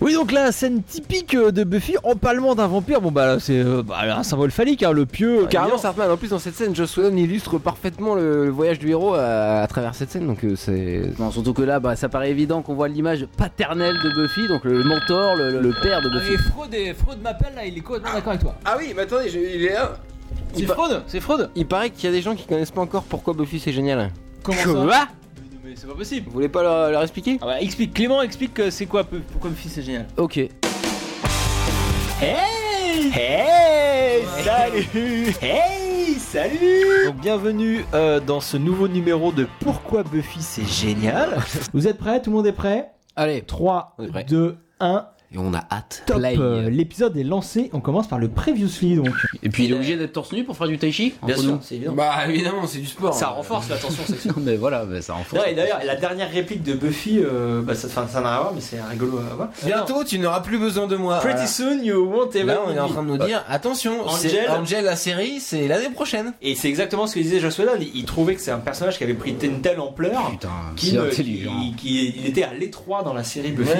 Oui, donc la scène typique euh, de Buffy, empalement d'un vampire. Bon, bah là, c'est euh, bah, là, un symbole phallique, hein, le Ah, Ah, pieu. Carrément, Sartman. En plus, dans cette scène, Joss Whedon illustre parfaitement le, le voyage du héros à, à travers cette scène. Donc, euh, c'est. Non, surtout que là, bah, ça paraît évident qu'on voit l'image paternelle de Buffy, donc le mentor, le, le père de Ah, Buffy. mais Freud, est- Freud m'appelle là, il est complètement d'accord avec toi. Ah oui, mais attendez, il est là. C'est Il pa- Freud C'est Freud Il paraît qu'il y a des gens qui connaissent pas encore pourquoi Buffy c'est génial. Comment ça Quoi Mais non, Mais c'est pas possible. Vous voulez pas leur, leur expliquer Ah bah, explique, Clément explique que c'est quoi, pourquoi Buffy c'est génial. Ok. Donc bienvenue euh, dans ce nouveau numéro de Pourquoi Buffy c'est génial. Vous êtes prêts Tout le monde est prêt Allez. 3, On est prêt. 2, 1, Et on a hâte. top Play. Euh, L'épisode est lancé, on commence par le previously donc. Et puis il est obligé d'être torse nu pour faire du tai chi Bien sûr, c'est évident. Bah évidemment, c'est du sport. Ça renforce la tension sexuelle. mais voilà, mais ça renforce. Non, et d'ailleurs, la dernière réplique de Buffy, euh, bah, ça enfin, ça n'a rien à voir, mais c'est rigolo euh, à voir. Bientôt, tu n'auras plus besoin de moi. Pretty soon you won't even Là, on est en need me. train de nous dire, attention, Angel. c'est ben, Bah, Angel, la série, c'est l'année prochaine. Et c'est exactement ce que disait Joss Whedon. Il, il trouvait que c'est un personnage qui avait pris une telle ampleur. Putain, qu'il ne- qui- qui- il était à l'étroit dans la série Buffy.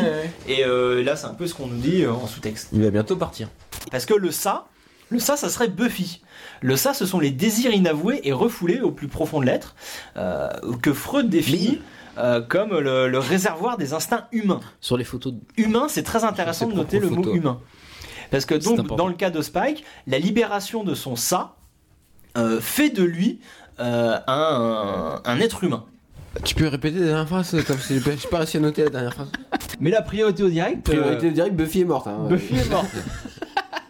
Et euh, là, c'est un peu ce qu'on nous dit euh, en sous-texte. Il va bientôt partir. Parce que le ça, le ça, ça serait Buffy. Le ça, ce sont les désirs inavoués et refoulés au plus profond de l'être, euh, que Freud définit euh, comme le, le réservoir des instincts humains. Sur les photos. de- Humain, c'est très intéressant de Ses noter le propres mot photos. humain. Parce que C'est donc, important. dans le cas de Spike, la libération de son ça euh, fait de lui euh, un, un être humain. Tu peux répéter la dernière phrase comme si j'ai pas- j'ai pas réussi à noter la dernière Euh, phrase. Mais la priorité au direct, euh, Priorité direct, Buffy est morte. hein. Buffy est morte.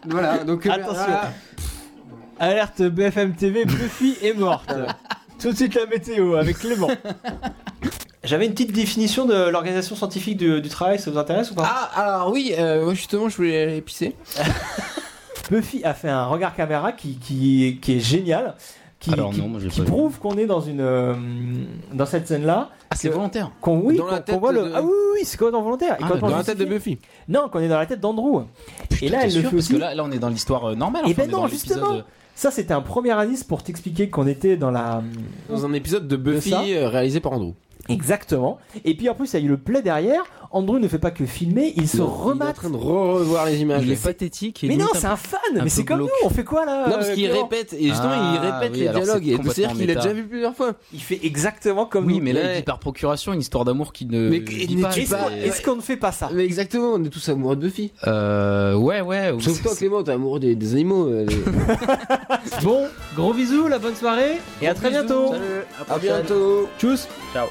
Voilà, donc. euh, Attention. voilà. Alerte BFM TV, Buffy est morte. Tout de suite la météo avec Clément. J'avais une petite définition de l'organisation scientifique du, du travail, ça vous intéresse ou pas Ah, alors oui, euh, moi, justement, je voulais aller pisser. Buffy a fait un regard caméra qui, qui, qui est génial, qui, Alors qui- Ah non, moi, j'ai qui pas vu. prouve qu'on est dans une euh, dans cette scène-là, Ah, c'est Euh, volontaire. qu'on oui, Dans la qu'on- tête qu'on voit le de- ah oui, oui, oui, c'est complètement volontaire, Et Ah, complètement Dans la tête de justifié. Buffy. Non, qu'on est dans la tête d'Andrew. Et là, elle T'es le fait sûr Parce aussi. que là, là, on est dans l'histoire euh, normale. Eh ben enfin, on est dans non, l'épisode, justement. euh, Ça, c'était un premier indice pour t'expliquer qu'on était dans la Dans un épisode de Buffy ça euh, réalisé par Andrew. Exactement. Et puis en plus, il y a eu le play derrière. Andrew ne fait pas que filmer, il se Il est en remattre. train de re- revoir les images. Il Ah, est pathétique. Et Mais non, limite un c'est un fan. un Mais c'est peu comme glauque. nous. On fait quoi là Non, parce euh, qu'il Clément répète, et justement, Ah, il répète oui, les alors c'est dialogues. et donc, C'est-à-dire complètement qu'il l'a méta. déjà vu plusieurs fois. Il fait exactement comme Oui, nous. mais là, Ouais. il dit par procuration une histoire d'amour qui ne. Mais vit n'es-tu pas, pas- c'est- Est-ce est-ce qu'on ne fait pas ça Mais exactement, on est tous amoureux de Buffy. Euh, ouais, ouais. ou Sauf c'est- toi, c'est- Clément, t'es amoureux des, des animaux. euh, des- Bon, gros bisous, la bonne soirée et à très bientôt. à bientôt. Tchuss. Ciao.